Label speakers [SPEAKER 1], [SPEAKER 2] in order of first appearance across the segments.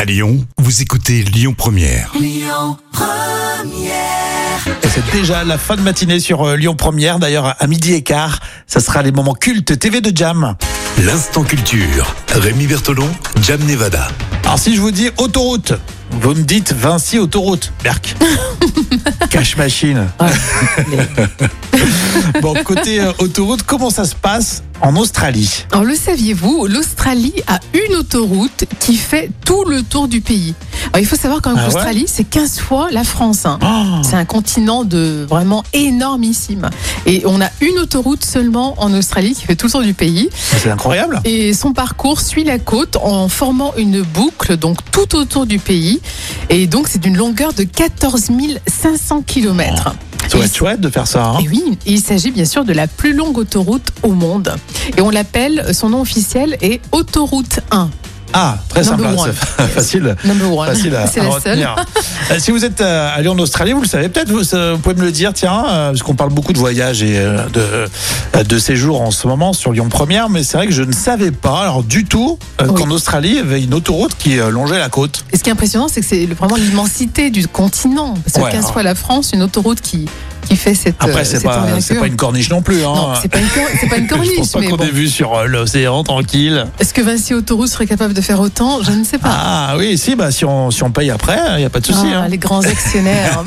[SPEAKER 1] À Lyon, vous écoutez Lyon Première.
[SPEAKER 2] Et c'est déjà la fin de matinée sur euh, Lyon Première. D'ailleurs, à midi et quart, ça sera les moments cultes TV de Jam.
[SPEAKER 1] L'instant culture. Rémi Bertolon, Jam Nevada.
[SPEAKER 2] Alors, si je vous dis autoroute, vous me dites Vinci autoroute. Berk. Cash machine. bon, côté euh, autoroute, comment ça se passe en Australie
[SPEAKER 3] Alors le saviez-vous, l'Australie a une autoroute qui fait tout le tour du pays. Alors, il faut savoir quand
[SPEAKER 2] Ah
[SPEAKER 3] même
[SPEAKER 2] ouais Ah.
[SPEAKER 3] l'Australie, c'est 15 fois la France. hein. C'est un continent de vraiment énormissime. Et on a une autoroute seulement en Australie qui fait tout le tour du pays.
[SPEAKER 2] C'est incroyable.
[SPEAKER 3] Et son parcours suit la côte en formant une boucle, donc tout autour du pays. Et donc c'est d'une longueur de 14 500 kilomètres.
[SPEAKER 2] Ah, Ça doit être chouette de faire ça. hein.
[SPEAKER 3] Et Eh oui, il s'agit bien sûr de la plus longue autoroute au monde. Et on l'appelle, son nom officiel est Autoroute 1,
[SPEAKER 2] Ah, très simple.
[SPEAKER 3] Number
[SPEAKER 2] hein,
[SPEAKER 3] one.
[SPEAKER 2] c'est Facile.
[SPEAKER 3] number one.
[SPEAKER 2] Facile à,
[SPEAKER 3] C'est
[SPEAKER 2] à
[SPEAKER 3] la seule.
[SPEAKER 2] retenir. Euh, si vous êtes euh, allé en Australie, vous le savez peut-être, vous, euh, vous pouvez me le dire, tiens, euh, parce qu'on parle beaucoup de voyages et euh, de, euh, de séjours en ce moment sur Lyon Première, mais c'est vrai que je ne savais pas, alors du tout, euh,
[SPEAKER 3] Oui.
[SPEAKER 2] qu'en Australie, il y avait une autoroute qui euh, longeait la côte.
[SPEAKER 3] Et ce qui est impressionnant, c'est que c'est le- vraiment l'immensité du continent. Parce que
[SPEAKER 2] Ouais,
[SPEAKER 3] 15
[SPEAKER 2] hein.
[SPEAKER 3] fois la France, une autoroute qui, qui fait cette.
[SPEAKER 2] Après,
[SPEAKER 3] euh,
[SPEAKER 2] c'est
[SPEAKER 3] cette
[SPEAKER 2] pas,
[SPEAKER 3] envergure.
[SPEAKER 2] c'est pas une corniche non plus. Hein.
[SPEAKER 3] Non, c'est pas une, cor- c'est pas une
[SPEAKER 2] je pense
[SPEAKER 3] corniche,
[SPEAKER 2] pas
[SPEAKER 3] mais
[SPEAKER 2] qu'on
[SPEAKER 3] bon.
[SPEAKER 2] ait vu sur euh, l'océan tranquille.
[SPEAKER 3] Est-ce que Vinci Autoroute serait capable de faire autant Je ne sais pas.
[SPEAKER 2] Ah oui, si, bah, si, on, si on paye après, il n'y a pas de souci.
[SPEAKER 3] Ah,
[SPEAKER 2] hein.
[SPEAKER 3] Les grands actionnaires.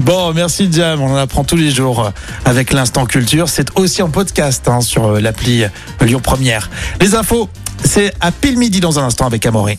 [SPEAKER 2] Bon, merci Jam, on en apprend tous les jours euh, avec l'instant culture. C'est aussi en podcast hein, sur euh, l'appli Lyon Première. Les infos, c'est à pile midi dans un instant avec Amoré.